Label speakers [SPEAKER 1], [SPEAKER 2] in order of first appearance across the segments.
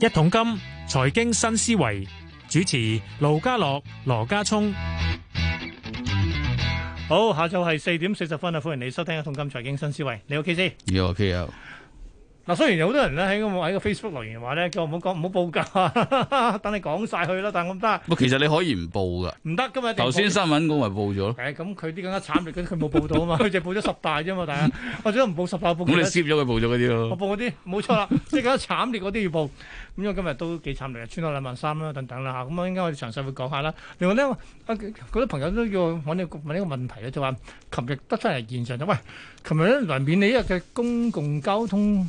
[SPEAKER 1] 一桶金財經新思維主持盧家樂、羅家聰。
[SPEAKER 2] 好，下晝係四點四十分啊！歡迎你收聽《一桶金財經新思維》，你 OK 先？
[SPEAKER 3] 要 OK 啊！
[SPEAKER 2] 嗱，雖然有好多人咧喺個喺個 Facebook 留言話咧，叫我唔好講唔好報價， 等你講晒佢啦。但係我唔得，
[SPEAKER 3] 不過其實你可以唔報噶。
[SPEAKER 2] 唔得，今日一定要
[SPEAKER 3] 頭
[SPEAKER 2] 報
[SPEAKER 3] 先新聞我咪報咗咯。
[SPEAKER 2] 誒咁佢啲更加慘烈，佢佢冇報到啊 嘛，佢就報咗十大啫嘛，大家或者唔報十大，報
[SPEAKER 3] 咁你
[SPEAKER 2] 其他
[SPEAKER 3] skip 咗佢報咗嗰啲
[SPEAKER 2] 我
[SPEAKER 3] 咯。
[SPEAKER 2] 報嗰啲冇錯啦， 即係更加慘烈嗰啲要報。咁因為今日都幾慘烈啊，穿咗兩萬三啦，等等啦嚇。咁啊，應該我哋詳細會講下啦。另外咧，啊好多朋友都要揾你問呢個問題咧，就話琴日得出嚟現場就喂，琴日咧嚟免你一日嘅公共交通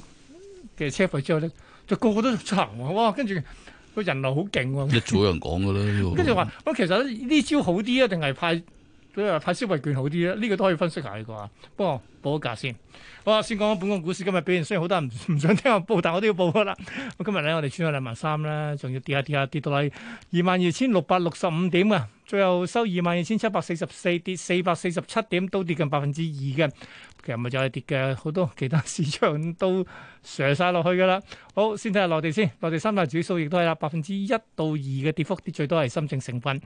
[SPEAKER 2] 嘅車費之後咧，就個個都出行喎，哇！跟住個人流好勁喎。
[SPEAKER 3] 一早有人講噶啦呢個。
[SPEAKER 2] 跟住話，咁其實呢招好啲啊，定係派誒派消費券好啲啊咧？呢、個都可以分析下呢個啊。不過報咗價先。好啊，先講講本港股市今日表現，雖然好多人唔 唔想聽我報，但我都要報噶啦。咁今日咧，我哋穿咗兩萬三啦，仲要跌下跌下跌到嚟二萬二千六百六十五點啊！最後收二萬二千七百四十四，跌四百四十七點，都跌近百分之二嘅。其實咪就係跌嘅，好多其他市場都 瀉晒落去噶啦。好，先睇下內地先。內地三大指數亦都係啦，百分之一到二嘅跌幅，跌最多係深證成分。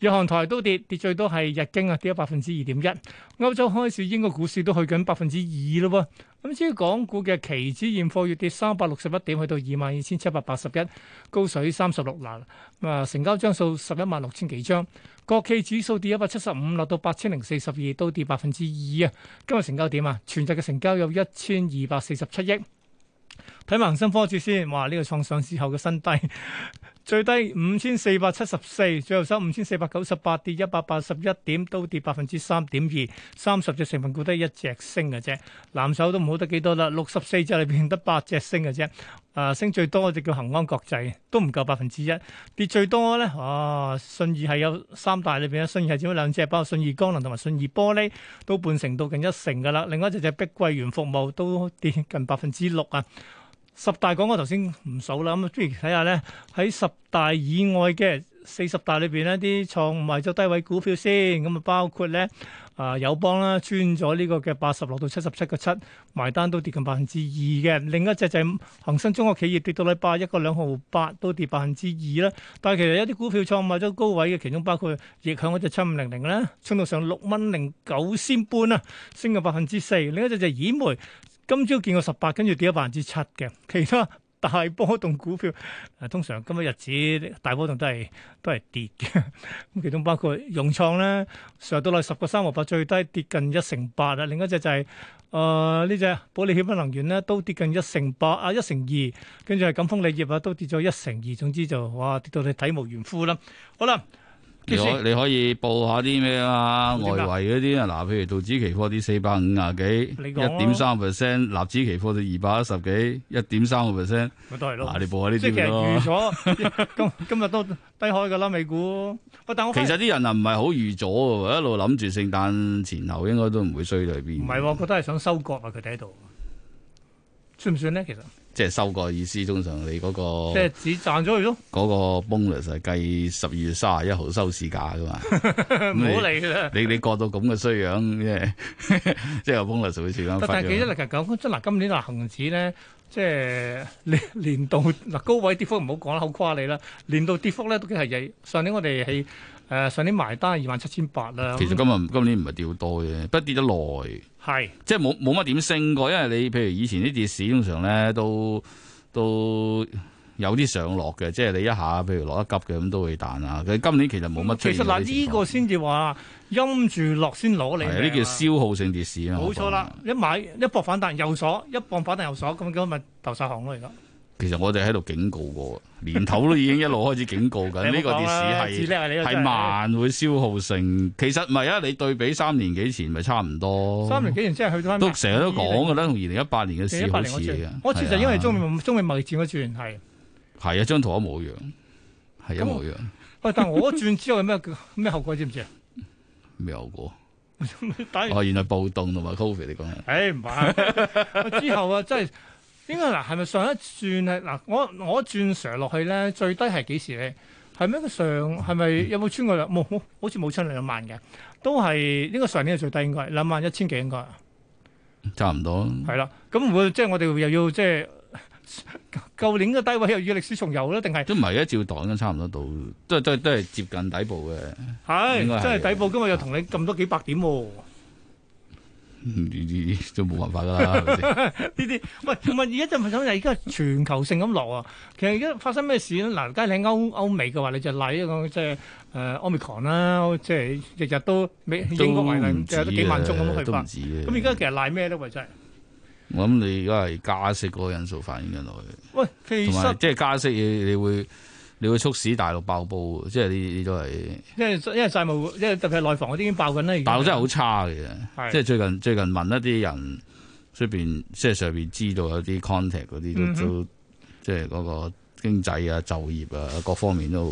[SPEAKER 2] 日韓台都跌，跌最多係日經啊，跌咗百分之二點一。歐洲開市，英國股市都去緊百分之二咯喎。咁至於港股嘅期指現貨，月跌三百六十一點，去到二萬二千七百八十一，高水三十六嗱。咁啊，成交張數十一萬六千幾張。國企指數跌一百七十五，落到八千零四十二，都跌百分之二啊。今日成交點啊？全日嘅成交有一千二百四十七億。睇埋恒生科指先，哇！呢、個創上市後嘅新低， 最低五千四百七十四，最後收五千四百九十八，跌一百八十一點，都跌百分之三點二。三十隻成分股得一隻升嘅啫，藍籌都唔好得幾多啦，六十四隻裏邊得八隻升嘅啫。啊，升最多嗰隻叫恒安國際，都唔夠百分之一。跌最多咧，啊，信義係有三大裏邊咧，啊信義係佔咗兩隻，包括信義光能同埋信義玻璃，都半成到近一成噶啦。另外一隻就係碧桂園服務都跌近百分之六啊。十大講我頭先唔數啦，咁不如睇下咧喺十大以外嘅四十大裏邊呢啲創賣咗低位股票先，咁啊包括咧啊友邦啦，穿咗呢個嘅八十六到七十七個七，埋單都跌近百分之二嘅。另一隻就係恒生中國企業跌到禮拜一個兩毫八，都跌百分之二啦。但係其實有啲股票創賣咗高位嘅，其中包括逆向嗰隻七五零零啦，衝到上六蚊零九仙半啊，升咗百分之四。另一隻就係兗煤。今朝見過十八，跟住跌咗百分之七嘅，其他大波動股票，誒通常今日日子大波動都係都係跌嘅， 咁其中包括融創咧，上到嚟十個三毫八，最低跌近一成八啊，另一隻就係誒呃呢只保利協鑫能源咧，都跌近一成八啊，一成二，跟住係錦豐鋰業啊，都跌咗一成二，總之就哇跌到你體無完膚啦。好啦，
[SPEAKER 3] 啊你可你可以報下啲咩啊？外圍嗰啲啊，嗱，譬如道指期貨啲四百五廿幾，
[SPEAKER 2] 你
[SPEAKER 3] 一
[SPEAKER 2] 講啊
[SPEAKER 3] 點三 percent；納指期貨就二百一十幾，一點三個 percent。
[SPEAKER 2] 咪都係咯
[SPEAKER 3] 嗱，，你報下呢
[SPEAKER 2] 即係
[SPEAKER 3] 啲
[SPEAKER 2] 其
[SPEAKER 3] 咪
[SPEAKER 2] 實預
[SPEAKER 3] 咯。
[SPEAKER 2] 咗 今今日都低開㗎啦，美股。喂，但我
[SPEAKER 3] 其
[SPEAKER 2] 反而
[SPEAKER 3] 實啲人啊唔係好預咗喎，一路諗住聖誕前後應該都唔會衰到去邊。
[SPEAKER 2] 唔係喎，我覺得係想收割啊！佢哋喺度，算唔算咧？其實
[SPEAKER 3] 即係收個意思，通常你嗰、個
[SPEAKER 2] 即係只賺咗佢 咯，
[SPEAKER 3] 嗰個 bonus 係計十二月三十一號收市價噶嘛。
[SPEAKER 2] 唔
[SPEAKER 3] 你
[SPEAKER 2] 好理佢啦。
[SPEAKER 3] 你你過到咁嘅衰樣，即係即係 有 bonus 會時間
[SPEAKER 2] 但
[SPEAKER 3] 發啊
[SPEAKER 2] 但係幾多
[SPEAKER 3] 嘅。
[SPEAKER 2] 力嚟講，真嗱，今年嗱啊恒指咧，即係年年度 嗱高位跌幅唔好講啦，好誇你啦。年度跌幅咧都幾係曳。上年我哋係誒上年埋單二萬七千八啦，
[SPEAKER 3] 其實今日今年唔係掉多嘅，不過跌得耐，
[SPEAKER 2] 係
[SPEAKER 3] 即係冇冇乜點升過，因為你譬如以前啲跌市通常咧都都有啲上落嘅，即係你一下譬如落得急嘅咁都會彈下。佢今年其實冇乜出
[SPEAKER 2] 嗯其實
[SPEAKER 3] 現呢
[SPEAKER 2] 嗱，
[SPEAKER 3] 啲
[SPEAKER 2] 呢
[SPEAKER 3] 情況
[SPEAKER 2] 個先至話陰住落先攞你命
[SPEAKER 3] 係
[SPEAKER 2] 啊。
[SPEAKER 3] 啊呢叫消耗性跌市啊。
[SPEAKER 2] 冇
[SPEAKER 3] 我
[SPEAKER 2] 錯
[SPEAKER 3] 講
[SPEAKER 2] 啦，一買一搏反彈又鎖，一搏反彈又鎖，咁咁咪投晒行咯而家。
[SPEAKER 3] 其實我哋喺度警告過，年頭都已經一路開始 警告緊呢個跌市係
[SPEAKER 2] 係
[SPEAKER 3] 係慢會消耗性。其實唔係啊，你對比三年幾前咪差唔多。
[SPEAKER 2] 三年幾年之後去翻
[SPEAKER 3] 哦都成日都講㗎啦，同二零一八年嘅
[SPEAKER 2] 二
[SPEAKER 3] 事
[SPEAKER 2] 零一八
[SPEAKER 3] 好
[SPEAKER 2] 年嗰
[SPEAKER 3] 似嚟
[SPEAKER 2] 轉
[SPEAKER 3] 嘅。，
[SPEAKER 2] 我轉就
[SPEAKER 3] 係啊
[SPEAKER 2] 因為中美中美貿易戰嗰轉係，
[SPEAKER 3] 係啊，張圖一模一樣，係啊一模一樣，
[SPEAKER 2] 喂，但我嗰轉之後有咩咩後果知唔知啊？
[SPEAKER 3] 咩後果？
[SPEAKER 2] 打完，
[SPEAKER 3] 哦，原來暴動同埋 Covid 你講緊
[SPEAKER 2] 唉唔 係，之後啊真係應該嗱，係咪上一轉係嗱我我一轉上落去咧，最低係幾時咧？係咩上係咪
[SPEAKER 3] 嗯
[SPEAKER 2] 有冇穿過兩冇冇好似冇穿兩萬嘅，都係應該上年係最低應該兩萬一千幾應該
[SPEAKER 3] 差唔多。
[SPEAKER 2] 係啦。咁會即係我哋又要即係 舊年嘅低位又要歷史重遊咧，定係
[SPEAKER 3] 都唔係一照檔都差唔多到，都都都係接近底部嘅。
[SPEAKER 2] 係
[SPEAKER 3] 應該係
[SPEAKER 2] 真係底部今日又同你撳多幾百點喎、
[SPEAKER 3] 呢啲都冇辦法㗎啦，係咪先
[SPEAKER 2] 呢啲喂，同埋而家就問想就而家全球性咁落啊！其實而家發生咩事咧？嗱，梗係你歐歐美嘅話，你就例一個即係誒 Omicron 啦，即係日日都美 英國為例，日日都幾萬宗咁樣去
[SPEAKER 3] 啊都唔
[SPEAKER 2] 翻。
[SPEAKER 3] 止嘅。
[SPEAKER 2] 咁而家其實賴咩咧？喂，真係
[SPEAKER 3] 我諗你而家係加息嗰個因素反映緊落去，
[SPEAKER 2] 喂，其
[SPEAKER 3] 同埋
[SPEAKER 2] 實
[SPEAKER 3] 即係加息你你會你會促使大陸爆煲，即係呢啲都係
[SPEAKER 2] 因為因為債務，因為特別係內房嗰啲已經爆緊啦。而家
[SPEAKER 3] 大陸真係好差嘅，
[SPEAKER 2] 係
[SPEAKER 3] 即係最近最近問一啲人出邊即係上邊知道有啲 contact 嗰
[SPEAKER 2] 嗯
[SPEAKER 3] 啲
[SPEAKER 2] 哼
[SPEAKER 3] 都都即係嗰個經濟啊、就業啊各方面都好，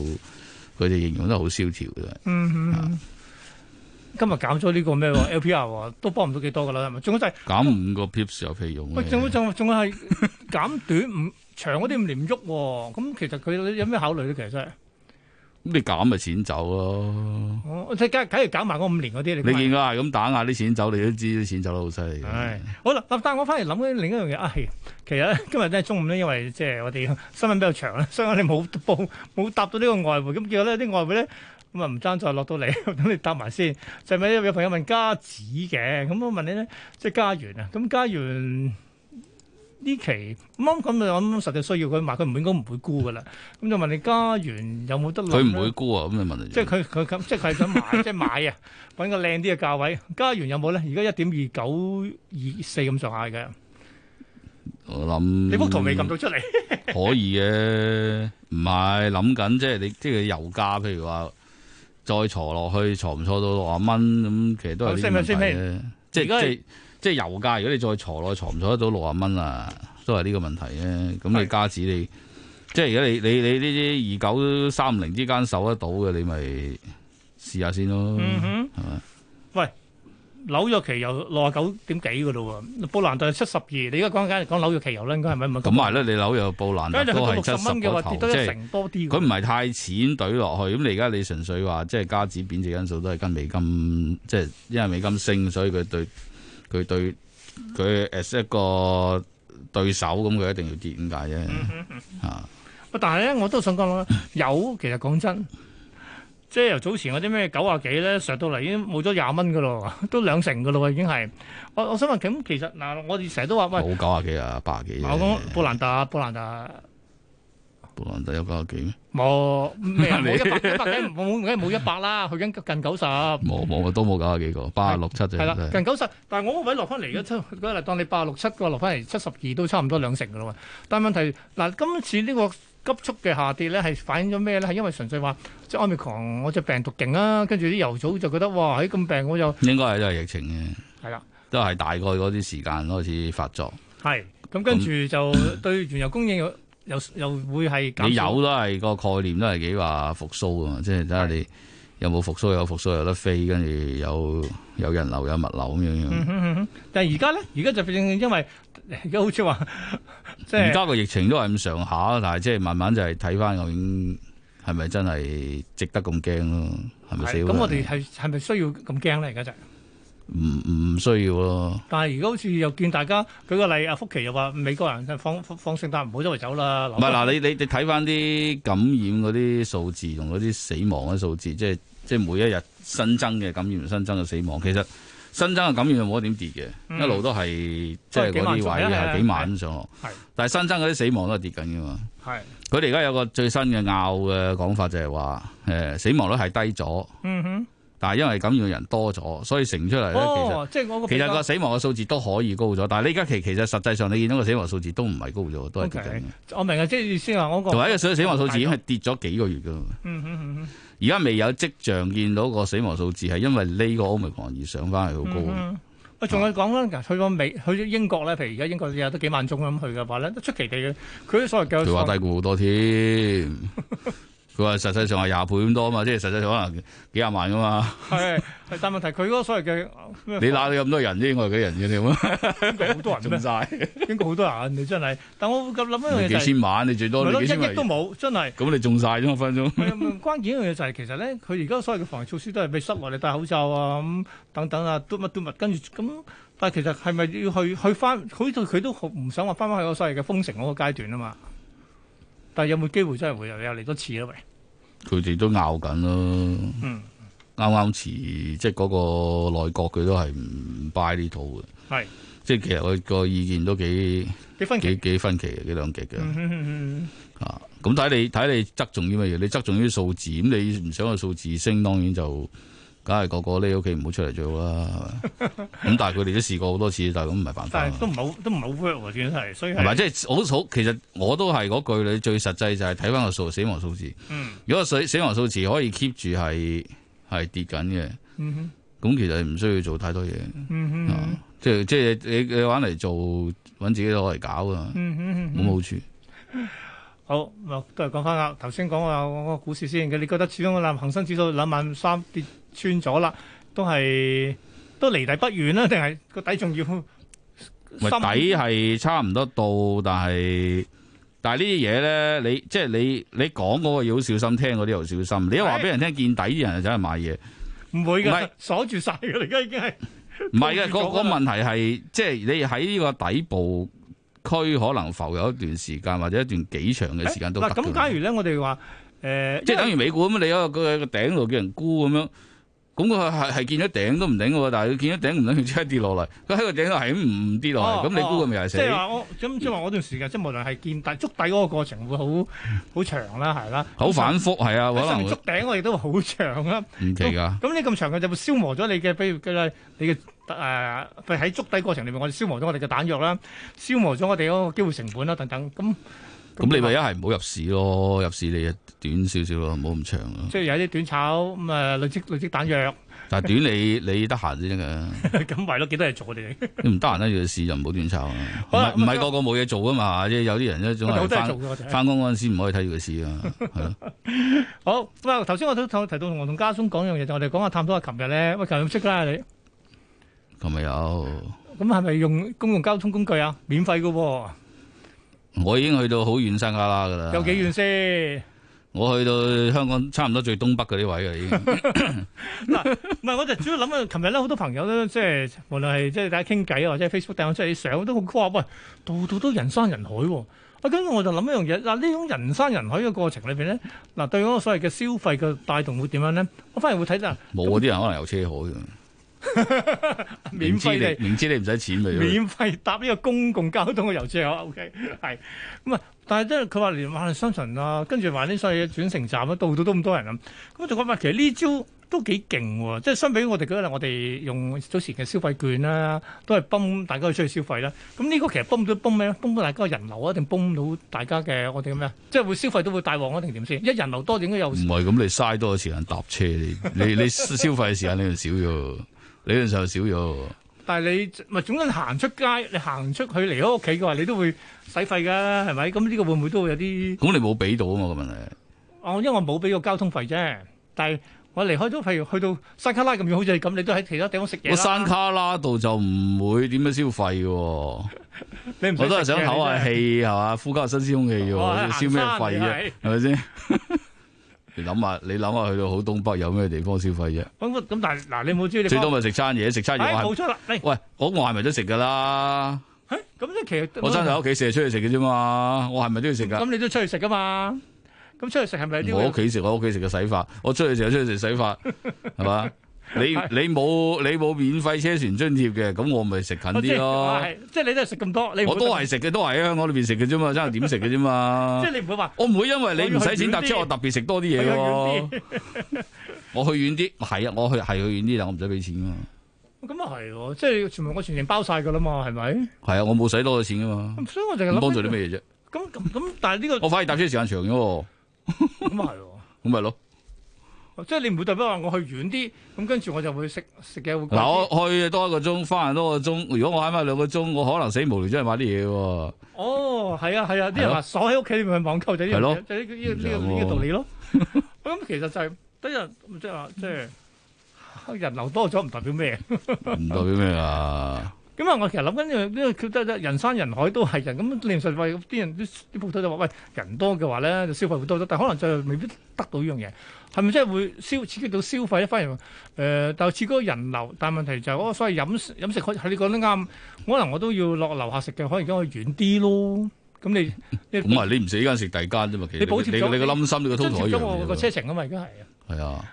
[SPEAKER 3] 佢哋形容得好蕭條嘅。
[SPEAKER 2] 嗯嗯。今日減咗呢個咩喎 LPR 喎，都幫唔到幾多噶啦，係咪？仲有就係
[SPEAKER 3] 減五個 pips 有屁用
[SPEAKER 2] 喂，
[SPEAKER 3] 嘅
[SPEAKER 2] 仲有仲仲係減短五長嗰啲唔連喐喎，咁其實佢有咩考慮咧？其實真係。
[SPEAKER 3] 咁你減咪錢走咯。
[SPEAKER 2] 哦，即係梗梗係搞埋嗰五年嗰啲，你
[SPEAKER 3] 你
[SPEAKER 2] 講
[SPEAKER 3] 見佢係咁打壓啲錢走，你都知啲錢走得好犀利嘅。
[SPEAKER 2] 係好啦，嗱但係我翻嚟諗緊另一樣嘢，啊、係其實咧 今日咧中午咧，因為即係我哋新聞比較長啦，所 以我哋冇報冇答到呢個外匯，咁結果咧啲外匯咧咁啊唔爭再落到嚟， 等你答埋先。就係咪有朋友問家指嘅？咁我問你咧，即係家園啊，咁家園。呢期咁啱咁就諗實際需要佢買，佢唔應該唔會沽噶啦。咁就問你家園有冇得諗
[SPEAKER 3] 佢
[SPEAKER 2] 咧
[SPEAKER 3] 唔會沽啊，咁你問
[SPEAKER 2] 即係
[SPEAKER 3] 佢。
[SPEAKER 2] 佢佢咁，即係佢係想 買，即係買啊，揾個靚啲嘅價位。加元有冇咧？而家一點二九二四咁上下嘅，
[SPEAKER 3] 我諗
[SPEAKER 2] 你幅圖未撳到出嚟。
[SPEAKER 3] 可以嘅，唔係諗緊即係你即係油價，譬如話再挫落去，挫唔挫到六啊蚊咁，其實都係呢啲問題
[SPEAKER 2] 升唔升
[SPEAKER 3] 嘅。即
[SPEAKER 2] 而
[SPEAKER 3] 係
[SPEAKER 2] 家
[SPEAKER 3] 即係即係油價，如果你再挫落去，挫唔挫得到六啊蚊啊，都係呢個問題嘅。咁
[SPEAKER 2] 係
[SPEAKER 3] 你加指你。即係而家你你你呢啲二九三零之間守得到嘅，你咪試下先咯。
[SPEAKER 2] 嗯哼，
[SPEAKER 3] 係咪
[SPEAKER 2] 喂，紐約期油六啊九點幾嘅咯喎，布蘭特七十二。你而家講緊講紐約期油咧，應該係咪唔係
[SPEAKER 3] 咁咪咧，你樓又布蘭
[SPEAKER 2] 梗係
[SPEAKER 3] 特
[SPEAKER 2] 去
[SPEAKER 3] 都
[SPEAKER 2] 到
[SPEAKER 3] 係
[SPEAKER 2] 六十
[SPEAKER 3] 七
[SPEAKER 2] 蚊
[SPEAKER 3] 十
[SPEAKER 2] 嘅
[SPEAKER 3] 個
[SPEAKER 2] 話，
[SPEAKER 3] 頭，
[SPEAKER 2] 跌
[SPEAKER 3] 即
[SPEAKER 2] 多一
[SPEAKER 3] 係
[SPEAKER 2] 成多啲喎。
[SPEAKER 3] 佢唔係太淺懟落去。咁你而家你純粹話即係加指貶值因素都係跟美金，即係因為美金升，所以佢對佢對佢 as 一個對手咁，佢一定要跌點解
[SPEAKER 2] 嗯
[SPEAKER 3] 啫？啊，
[SPEAKER 2] 喂但係咧，我都想講啦，有其實講真，即係由早前嗰啲咩九啊幾咧，上到嚟已經冇咗廿蚊嘅咯，都兩成嘅咯喎，已經係。我我想問咁，其實嗱，我哋成日都話喂。
[SPEAKER 3] 冇九啊幾啊，八啊幾啫
[SPEAKER 2] 我講布蘭特，布蘭特
[SPEAKER 3] 布蘭特有九啊幾咩？
[SPEAKER 2] 冇咩啊冇一百一百幾冇梗係冇一百啦，去緊近九十，係
[SPEAKER 3] 冇冇都冇九啊幾個，八啊六七啫。
[SPEAKER 2] 啦
[SPEAKER 3] 真，係
[SPEAKER 2] 近九十。但係我個位落翻嚟嘅，七嗰日當你八六七個落翻嚟七十二都差唔多兩成嘅啦喎。但係問題嗱，今次呢個急速嘅下跌咧，係反映咗咩咧？係因為純粹話即係 omicron 我只病毒勁啊，跟住啲油組就覺得哇，喺咁病我就
[SPEAKER 3] 應該係都係疫情嘅，
[SPEAKER 2] 係啦，
[SPEAKER 3] 都係大概嗰啲時間開始發作。
[SPEAKER 2] 係咁跟住就對原油供應又又又會係減
[SPEAKER 3] 你
[SPEAKER 2] 少
[SPEAKER 3] 有都係個概念都係幾話復甦噶嘛，即係睇下你有冇復甦，有復甦有得飛，跟住有有人流有物流咁樣
[SPEAKER 2] 嗯
[SPEAKER 3] 樣。
[SPEAKER 2] 哼嗯哼，但係而家咧，而家就正正因為而家好似話即
[SPEAKER 3] 而
[SPEAKER 2] 係
[SPEAKER 3] 家個疫情都係咁上下，但係即係慢慢就係睇翻究竟係咪真係值得咁驚咯？係咪死
[SPEAKER 2] 係
[SPEAKER 3] 好
[SPEAKER 2] 咁，
[SPEAKER 3] 人
[SPEAKER 2] 我哋係係咪需要咁驚咧？而家就係
[SPEAKER 3] 唔唔需要咯？
[SPEAKER 2] 但係而家好似又見大家舉個例，阿福奇又話美國人就放放放聖誕唔好周圍走啦，
[SPEAKER 3] 唔係嗱，你你你睇翻啲感染嗰啲數字同嗰啲死亡嘅數字，即係即係每一日新增嘅感染、新增嘅死亡，其實新增嘅感染又冇一點跌嘅，
[SPEAKER 2] 嗯
[SPEAKER 3] 一路都係即
[SPEAKER 2] 都係
[SPEAKER 3] 係
[SPEAKER 2] 幾
[SPEAKER 3] 嗰啲
[SPEAKER 2] 萬
[SPEAKER 3] 位
[SPEAKER 2] 上係係
[SPEAKER 3] 係幾萬咁上落
[SPEAKER 2] 係。
[SPEAKER 3] 但係新增嗰啲死亡都係跌緊噶嘛。
[SPEAKER 2] 係
[SPEAKER 3] 佢哋而家有個最新嘅拗嘅講法就係話，誒、死亡率係低咗，
[SPEAKER 2] 嗯哼，
[SPEAKER 3] 但係因為感染嘅人多咗，所以乘出嚟咧，啊其實。
[SPEAKER 2] 哦，即係我個
[SPEAKER 3] 其
[SPEAKER 2] 比
[SPEAKER 3] 實個
[SPEAKER 2] 較
[SPEAKER 3] 死亡嘅數字都可以高咗，但係呢家其其實實際上你見到個死亡數字都唔係高咗，都係跌緊
[SPEAKER 2] OK。
[SPEAKER 3] 嘅
[SPEAKER 2] 我明啊，即係意思話我個
[SPEAKER 3] 同埋一個死死亡數字已經係跌咗幾個月噶啦。
[SPEAKER 2] 嗯哼嗯哼
[SPEAKER 3] 而家未有跡象見到個死亡數字係因為呢個 Omicron 而上翻去好高。啊
[SPEAKER 2] 嗯哼喂，仲有講啦，嗱去咗美，去咗英國咧，譬如而家英國日日都幾萬宗咁去嘅話咧，都出奇地嘅，佢啲所謂嘅
[SPEAKER 3] 佢話低估好 多添，佢話實際上係廿倍咁多嘛，即係實際上可能幾廿萬噶嘛。
[SPEAKER 2] 係，係但問題佢嗰個所謂 嘅咩
[SPEAKER 3] 你揦你咁多人啫，我係幾人 嘅你咁啊
[SPEAKER 2] 英國好多人咩啊
[SPEAKER 3] 中？晒
[SPEAKER 2] 英國好多人，你真係。但我咁諗一樣嘢就
[SPEAKER 3] 幾
[SPEAKER 2] 係、
[SPEAKER 3] 千萬，你最
[SPEAKER 2] 咪
[SPEAKER 3] 多你
[SPEAKER 2] 咯
[SPEAKER 3] 幾千
[SPEAKER 2] 一億
[SPEAKER 3] 萬
[SPEAKER 2] 都，冇，真 係。
[SPEAKER 3] 咁你中晒啫嘛分分鐘。
[SPEAKER 2] 嗯關鍵一樣嘢就係、其實咧，佢而家所謂嘅防疫措施都係俾室內你戴口罩啊，咁等等啊，嘟乜嘟乜，跟住咁但係其實係咪要去去翻？好似佢都好唔想話翻翻去嗰個所謂嘅封城嗰個階段啊嘛。但係有冇機會真係會又又嚟多次啊咧？喂，
[SPEAKER 3] 佢哋都拗緊咯。
[SPEAKER 2] 嗯，
[SPEAKER 3] 啱啱遲即係嗰個內閣佢都係唔 buy 呢套嘅，
[SPEAKER 2] 係
[SPEAKER 3] 即係其實佢個意見都幾
[SPEAKER 2] 幾分
[SPEAKER 3] 幾
[SPEAKER 2] 歧？
[SPEAKER 3] 幾分歧嘅，幾兩極嘅。
[SPEAKER 2] 嗯嗯嗯
[SPEAKER 3] 啊，咁睇你睇你側重於乜嘢？你側重於數字，咁你唔想個數字升，當然就梗係個個匿喺屋企唔好出嚟做啦，係咪？咁但係佢哋都試過好多次，但係咁唔係辦法
[SPEAKER 2] 但
[SPEAKER 3] 啊
[SPEAKER 2] 係。都唔係好，都唔係好 work 喎，算係，所以
[SPEAKER 3] 係
[SPEAKER 2] 係
[SPEAKER 3] 咪？即係好好，其實我都係嗰句，你最實際就係睇翻個數死亡數字。
[SPEAKER 2] 嗯
[SPEAKER 3] 如果死死亡數字可以 keep 住係係跌緊嘅，
[SPEAKER 2] 嗯哼
[SPEAKER 3] 咁其實唔需要做太多嘢。
[SPEAKER 2] 嗯
[SPEAKER 3] 啊
[SPEAKER 2] 哼
[SPEAKER 3] 即係即係你你玩嚟做揾自己攞嚟搞啊，
[SPEAKER 2] 嗯哼
[SPEAKER 3] 冇乜好處。
[SPEAKER 2] 好，咁啊都係講翻啦。頭先講話我個股市先嘅，你覺得始終個恒生指數兩萬三跌穿咗啦，都係都離底不遠啦，定係個底仲要
[SPEAKER 3] 咪
[SPEAKER 2] 深
[SPEAKER 3] 底係差唔多到，但係但係呢啲嘢咧，你即係你你講嗰個要好小心，聽嗰啲又小心。你一話俾人聽見底啲人就走去買嘢，
[SPEAKER 2] 唔會
[SPEAKER 3] 唔
[SPEAKER 2] 㗎
[SPEAKER 3] 係，
[SPEAKER 2] 鎖住晒㗎啦，而家已經係
[SPEAKER 3] 唔係嘅。
[SPEAKER 2] 高
[SPEAKER 3] 嗰
[SPEAKER 2] 咗㗎
[SPEAKER 3] 個
[SPEAKER 2] 啦
[SPEAKER 3] 問題係即係你喺呢個底部區可能浮有一段時間或者一段幾長嘅時間都得
[SPEAKER 2] 嗱，咁
[SPEAKER 3] 㗎
[SPEAKER 2] 假如咧，我哋話誒，
[SPEAKER 3] 即係
[SPEAKER 2] 因為
[SPEAKER 3] 等於美股咁，你喺個個頂度叫人沽咁樣，咁佢係係見咗頂都唔頂喎，但係佢見咗頂唔頂，佢即刻跌落嚟，佢喺個頂度係咁唔跌落
[SPEAKER 2] 哦
[SPEAKER 3] 嚟，咁你沽佢咪又係
[SPEAKER 2] 即
[SPEAKER 3] 死？嗯
[SPEAKER 2] 係話我咁即係話我段時間，即係無論係見底捉底嗰個過程會好好長啦，係啦，
[SPEAKER 3] 好反覆係啊，
[SPEAKER 2] 喺
[SPEAKER 3] 可
[SPEAKER 2] 上
[SPEAKER 3] 能
[SPEAKER 2] 面捉頂我亦都好長啊啦。
[SPEAKER 3] 會唔奇㗎。
[SPEAKER 2] 咁你咁長嘅就會消磨咗你嘅，比如嘅你嘅誒，呃譬如喺捉底過程裏面，我哋消磨咗我哋嘅彈藥啦，消磨咗我哋嗰個機會成本啦，等等。咁啊
[SPEAKER 3] 咁你咪一係唔好入市咯，入市你就短少少咯，唔好咁長咯。
[SPEAKER 2] 即係有啲短炒咁啊，累積累積彈 藥，
[SPEAKER 3] 但係短 你你得閒先得
[SPEAKER 2] 咁為咗幾多嘢做我哋？
[SPEAKER 3] 㗎，你唔得閒咧要市就唔好短炒啊。唔
[SPEAKER 2] 好啦
[SPEAKER 3] 係唔係個個冇嘢做啊嘛，即係有啲人咧總
[SPEAKER 2] 我 哋好
[SPEAKER 3] 係
[SPEAKER 2] 多嘢做
[SPEAKER 3] 翻
[SPEAKER 2] 嘅我哋。
[SPEAKER 3] 翻工嗰陣時唔可以睇住個市啊，係咯。
[SPEAKER 2] 好咁啊！頭先我都提到我同家聰講樣嘢，就我哋講下探討下琴日咧，喂，琴日有識啦你，
[SPEAKER 3] 琴日有，
[SPEAKER 2] 咁係咪用公共交通工具啊？免費嘅喎、
[SPEAKER 3] 我已經去到好遠山卡拉㗎啦。
[SPEAKER 2] 有幾遠先？
[SPEAKER 3] 我去到香港差唔多最東北嗰啲位㗎啦 啊已經。
[SPEAKER 2] 唔係，我就主要諗啊，琴日咧好多朋友咧，即係無論係即係大家傾偈啊，或者 Facebook 掟出嚟啲相，都好誇喂，度度都人山人海喎、啊，跟住我就諗一樣嘢，嗱呢種人山人海嘅過程裏邊咧，嗱對嗰個所謂嘅消費嘅帶動會點樣咧？我反而會睇到
[SPEAKER 3] 冇嗰啲人可能有車好嘅，
[SPEAKER 2] 免費
[SPEAKER 3] 明知
[SPEAKER 2] 地
[SPEAKER 3] 你明知你唔使錢咪。
[SPEAKER 2] 免費搭呢個公共交通嘅遊車河，OK 係咁啊！但係即係佢話連萬麗商場啊，跟住話啲所謂嘅轉乘站啊，度度都咁多人啊，咁我就覺得其實呢招都幾勁喎！即係相比我哋嗰日我哋用早前嘅消費券啦，都係泵大家去出去消費啦。咁呢個其實泵唔到泵咩咧？泵到大家嘅人流啊，定泵到大家嘅我哋嘅咩啊？即係會消費都會大旺啊，定點先？一人流多點解有
[SPEAKER 3] 唔？係咁，你嘥多個時間搭車，你你你消費嘅時間你就少咗，理論上少咗。
[SPEAKER 2] 但係你咪總之行出街，你行出去離開屋企嘅話，你都會使費㗎，係咪？咁呢個會唔會都會有啲？
[SPEAKER 3] 咁你冇俾到啊嘛個問題。
[SPEAKER 2] 哦，因為我冇俾個交通費啫，但係我離開咗，譬如去到山卡拉咁遠，好似你咁，你都喺其他地方食嘢啦
[SPEAKER 3] 我山，卡拉度就唔會點樣消費嘅喎，我
[SPEAKER 2] 你唔使
[SPEAKER 3] 都係
[SPEAKER 2] 食
[SPEAKER 3] 想
[SPEAKER 2] 嘢
[SPEAKER 3] 唞
[SPEAKER 2] 你真
[SPEAKER 3] 下
[SPEAKER 2] 係
[SPEAKER 3] 氣係嘛，呼吸下新鮮空氣嘅
[SPEAKER 2] 哇
[SPEAKER 3] 喎，消咩費
[SPEAKER 2] 行山
[SPEAKER 3] 啫
[SPEAKER 2] 你？
[SPEAKER 3] 係咪先？ 你諗下，你諗下去到好東北有咩地方消費啫？
[SPEAKER 2] 咁咁，但係嗱，你冇知你
[SPEAKER 3] 最多
[SPEAKER 2] 幫
[SPEAKER 3] 咪食餐嘢，食餐嘢
[SPEAKER 2] 哎
[SPEAKER 3] 我
[SPEAKER 2] 冇
[SPEAKER 3] 係
[SPEAKER 2] 錯啦，嚟
[SPEAKER 3] 喂，我我係咪都食㗎啦？
[SPEAKER 2] 咁即係其實
[SPEAKER 3] 我真係喺屋企成日出去食嘅啫嘛，我係咪都要食㗎？
[SPEAKER 2] 咁你都出去食噶嘛？咁出去食係咪有啲
[SPEAKER 3] 我
[SPEAKER 2] 會
[SPEAKER 3] 屋企食，我屋企食嘅洗髮，我出去食，出去食洗髮，係嘛？ 你你冇你冇免費車船津貼嘅，咁我咪食近
[SPEAKER 2] 我知
[SPEAKER 3] 啲咯。
[SPEAKER 2] 哦係即係你都係食咁多，你唔會
[SPEAKER 3] 我都係食嘅，都係喺啊香港裏邊食 嘅啫嘛，真係點食嘅啫嘛
[SPEAKER 2] 即係。你唔會話
[SPEAKER 3] 我唔會因為你唔使錢搭車，
[SPEAKER 2] 我要去遠啲
[SPEAKER 3] 我特別食多啲嘢喎。我去遠啲，係啊，我去係去遠啲，但我唔使俾錢噶嘛。
[SPEAKER 2] 咁啊係喎，即係全部我全程包晒噶啦嘛，係咪？
[SPEAKER 3] 係啊，我冇使多咗錢噶嘛，
[SPEAKER 2] 咁所以我就係
[SPEAKER 3] 咁
[SPEAKER 2] 諗
[SPEAKER 3] 幫助啲咩嘢啫？
[SPEAKER 2] 咁咁咁，但係呢
[SPEAKER 3] 我反而搭車時間長咗喎，
[SPEAKER 2] 個咁啊係喎。
[SPEAKER 3] 咁咪咯。
[SPEAKER 2] 即係你唔會代表話我去遠啲，咁跟住我就會食食嘢會貴啲
[SPEAKER 3] 嗱，我去多一個鐘，翻嚟多個鐘。如果我慳翻兩個鐘，我可能死無聊真係買啲嘢喎。
[SPEAKER 2] 哦，係啊，係啊，啲
[SPEAKER 3] 係
[SPEAKER 2] 人
[SPEAKER 3] 咯
[SPEAKER 2] 話鎖喺屋企，你咪去網購就呢樣
[SPEAKER 3] 係咯
[SPEAKER 2] 嘢，就呢個呢個呢個
[SPEAKER 3] 唔
[SPEAKER 2] 呢個
[SPEAKER 3] 想喎
[SPEAKER 2] 道理咯。 咁其實就係啊得人即係話即係人流多咗，唔代表咩？
[SPEAKER 3] 唔代表咩啊？
[SPEAKER 2] 咁啊，我其實諗緊呢個呢個覺得人山人海都係人，咁你唔實話啲人啲啲鋪頭就話喂人多嘅話咧，就消費會多咗，但可能就未必得到呢樣嘢，係咪真係會消刺激到消費咧？反而誒、呃但係刺激到人流，但係問題就係、嗰個哦所謂飲食飲食可係你講得啱，可能我都要落樓下食嘅，可能而家可以遠啲咯。咁你你
[SPEAKER 3] 咁啊，你唔死間食第間啫嘛，其實
[SPEAKER 2] 你補貼
[SPEAKER 3] 你
[SPEAKER 2] 咗
[SPEAKER 3] 你個冧心你個
[SPEAKER 2] 津
[SPEAKER 3] total
[SPEAKER 2] 貼
[SPEAKER 3] 一
[SPEAKER 2] 咗我
[SPEAKER 3] 樣
[SPEAKER 2] 個
[SPEAKER 3] 嘅啫
[SPEAKER 2] 車程啊嘛，而家係啊。
[SPEAKER 3] 喎，係啊，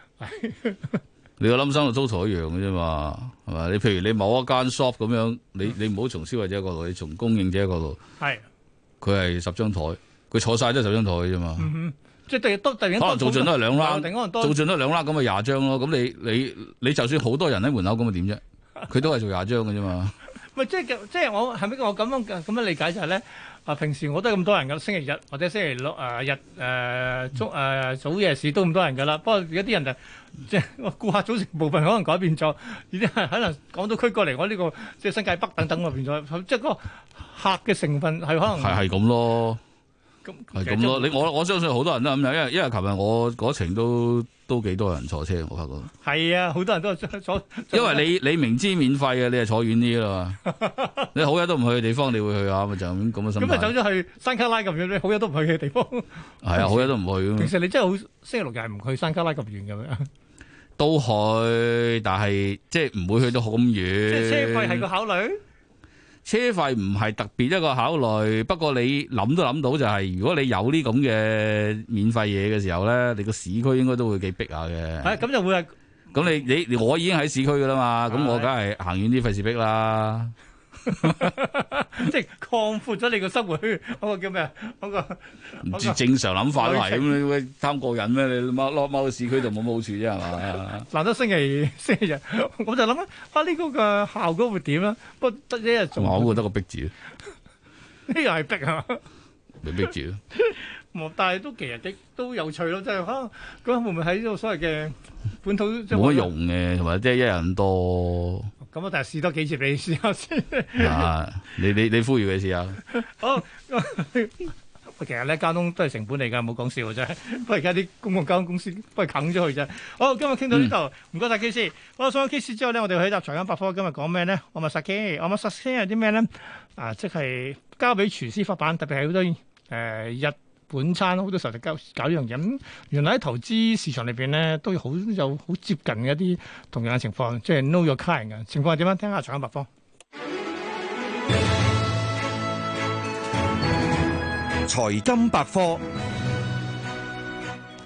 [SPEAKER 3] 你個冧心個 total 一樣嘅啫嘛，係嘛？你譬如你某一間 shop 咁樣，你你唔好從消費者角度，你從供應者角度，
[SPEAKER 2] 係，
[SPEAKER 3] 佢係十張台，佢坐晒都係十張台嘅啫嘛，
[SPEAKER 2] 嗯哼，即係突然多突然間
[SPEAKER 3] 可能做盡都係兩
[SPEAKER 2] 啦，突
[SPEAKER 3] round，
[SPEAKER 2] 然間多
[SPEAKER 3] 做盡都係兩 round 咁咪廿張咯。咁你你你就算好多人喺門口咁咪點啫？佢都係做廿張嘅啫嘛。
[SPEAKER 2] 咪即係即係我係咪我咁樣咁樣理解就係咧？啊，平時我都係咁多人噶，星期日或者星期六啊日誒中誒早夜市都咁多人噶啦。不過而家啲人就即係我顧客組成部分可能改變咗，而啲係可能港島區過嚟我呢個即係新界北等等我變咗，即係嗰個客嘅成分係可能
[SPEAKER 3] 係係咁咯，
[SPEAKER 2] 咁
[SPEAKER 3] 係咁咯。。你我我相信好多人都係咁樣，因為因為琴日我嗰程都都幾多人坐車，我發覺。
[SPEAKER 2] 係啊，好多人都係所
[SPEAKER 3] 因為你你明知免費嘅，你係坐遠啲 啦嘛。你好嘢都唔去嘅地方，你會去下咪就咁咁嘅心
[SPEAKER 2] 咁咪走
[SPEAKER 3] 態。
[SPEAKER 2] 咗去山卡拉咁遠，你好嘢都唔去嘅地方。
[SPEAKER 3] 係啊，好嘢都唔去
[SPEAKER 2] 平
[SPEAKER 3] 咁，
[SPEAKER 2] 時你真係好星期六日係唔去山卡拉咁遠嘅咩？
[SPEAKER 3] 都去，但係即係唔會去到好咁遠。
[SPEAKER 2] 即係車費係個考慮。
[SPEAKER 3] 車費唔係特別一個考慮，不過你諗都諗到就係、如果你有呢咁嘅免費嘢嘅時候咧，你個市區應該都會幾逼下嘅。
[SPEAKER 2] 係咁就會係
[SPEAKER 3] 咁你你你我已經喺市區噶啦嘛，咁我
[SPEAKER 2] 係
[SPEAKER 3] 梗係行遠啲費事逼啦。
[SPEAKER 2] 即係擴闊咗你個生活 圈，嗰、個叫咩啊？嗰、個
[SPEAKER 3] 唔知正常諗法都係咁，你會貪過癮咩？你踎踎踎喺市區度冇乜好處啫係 嘛？
[SPEAKER 2] 難得星期星期日，我就諗緊啊呢、個嘅效果會點啦？不過得一日做，
[SPEAKER 3] 同埋
[SPEAKER 2] 呢
[SPEAKER 3] 我覺得個逼字
[SPEAKER 2] 樣係逼啊！
[SPEAKER 3] 咪逼字咯。
[SPEAKER 2] 冇但係都其實幾都有趣咯，即係可能咁會唔會喺呢個所謂嘅本土即係
[SPEAKER 3] 冇乜用嘅，同埋即係一人多
[SPEAKER 2] 咁啊？但係試多幾次俾你試下先。
[SPEAKER 3] 啊！你你你呼籲佢試下，
[SPEAKER 2] 好，哦其實咧交通都係成本嚟㗎，冇講笑嘅啫。 不過而家啲公共交通公司不過啃咗佢啫。好，今日傾到呢度，唔該晒 K 師。好，上咗 K 師之後咧，我哋去集財金百科，今日講咩咧？我咪殺 K，我咪殺 K 係啲咩咧？啊，即係交俾廚師發辦，特別係好多誒、呃日本餐，好多時候就搞搞呢樣嘢。咁原來喺投資市場裏邊咧，都有好有好接近嘅一啲同樣嘅情況，即係 know your client 嘅情況係點啊樣？聽下財金百科。
[SPEAKER 4] 財金百科。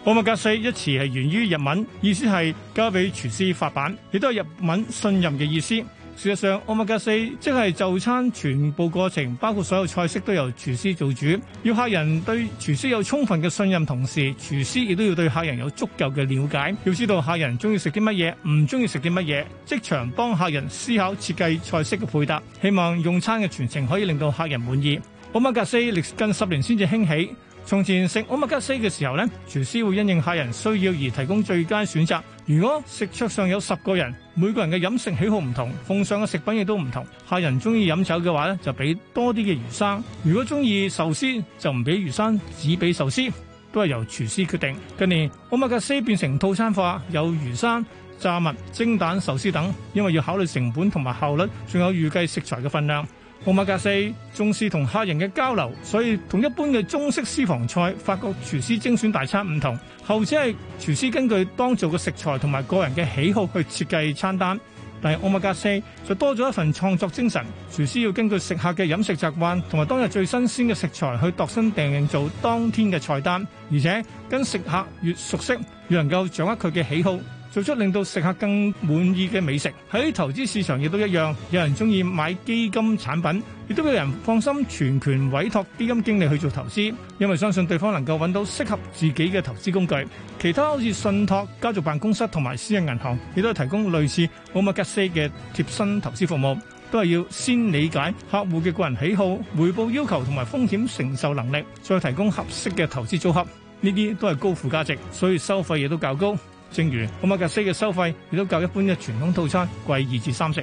[SPEAKER 2] 奧麥格四一詞係源於日文，意思係交俾廚師發辦，亦都係日文信任嘅意思。事實上，奧麥格四即係就餐全部過程，包括所有菜式都由廚師做主。要客人對廚師有充分嘅信任，同時廚師亦都要對客人有足夠嘅了解，要知道客人中意食啲乜嘢，唔中意食啲乜嘢，即場幫客人思考設計菜式嘅配搭，希望用餐嘅全程可以令到客人滿意。奧麥格四歷近十年先至興起。從前食 omakase 嘅時候呢，廚師會因應客人需要而提供最佳選擇。如果食桌上有十個人，每個人嘅飲食喜好唔同，奉上嘅食品亦都唔同。客人中意飲酒嘅話呢，就俾多啲嘅魚生；如果中意壽司，就唔俾魚生，只俾壽司，都係由廚師決定。近年 omakase 變成套餐化，有魚生。炸物、蒸蛋、壽司等，因為要考慮成本同埋效率，仲有預計食材嘅份量。奧馬格四重視同客人嘅交流，所以同一般嘅中式私房菜法國廚師精選大餐唔同，後者係廚師根據當造嘅食材同埋個人嘅喜好去設計餐單。但係奧馬格四就多咗一份創作精神，廚師要根據食客嘅飲食習慣同埋當日最新鮮嘅食材去度身訂造當天嘅菜單，而且跟食客越熟悉，越能夠掌握佢嘅喜好。做出令到食客更滿意嘅美食。喺投資市場亦都一樣，有人中意買基金產品，亦都有人放心全權委託基金經理去做投資，因為相信對方能夠揾到適合自己嘅投資工具。其他好似信託、家族辦公室同埋私人銀行，亦都係提供類似奧麥格斯嘅貼身投資服務。都係要先理解客戶嘅個人喜好、回報要求同埋風險承受能力，再提供合適嘅投資組合。呢啲都係高附加值，所以收費亦都較高。正如奧馬格西嘅收費亦都較一般嘅傳統套餐貴二至三成。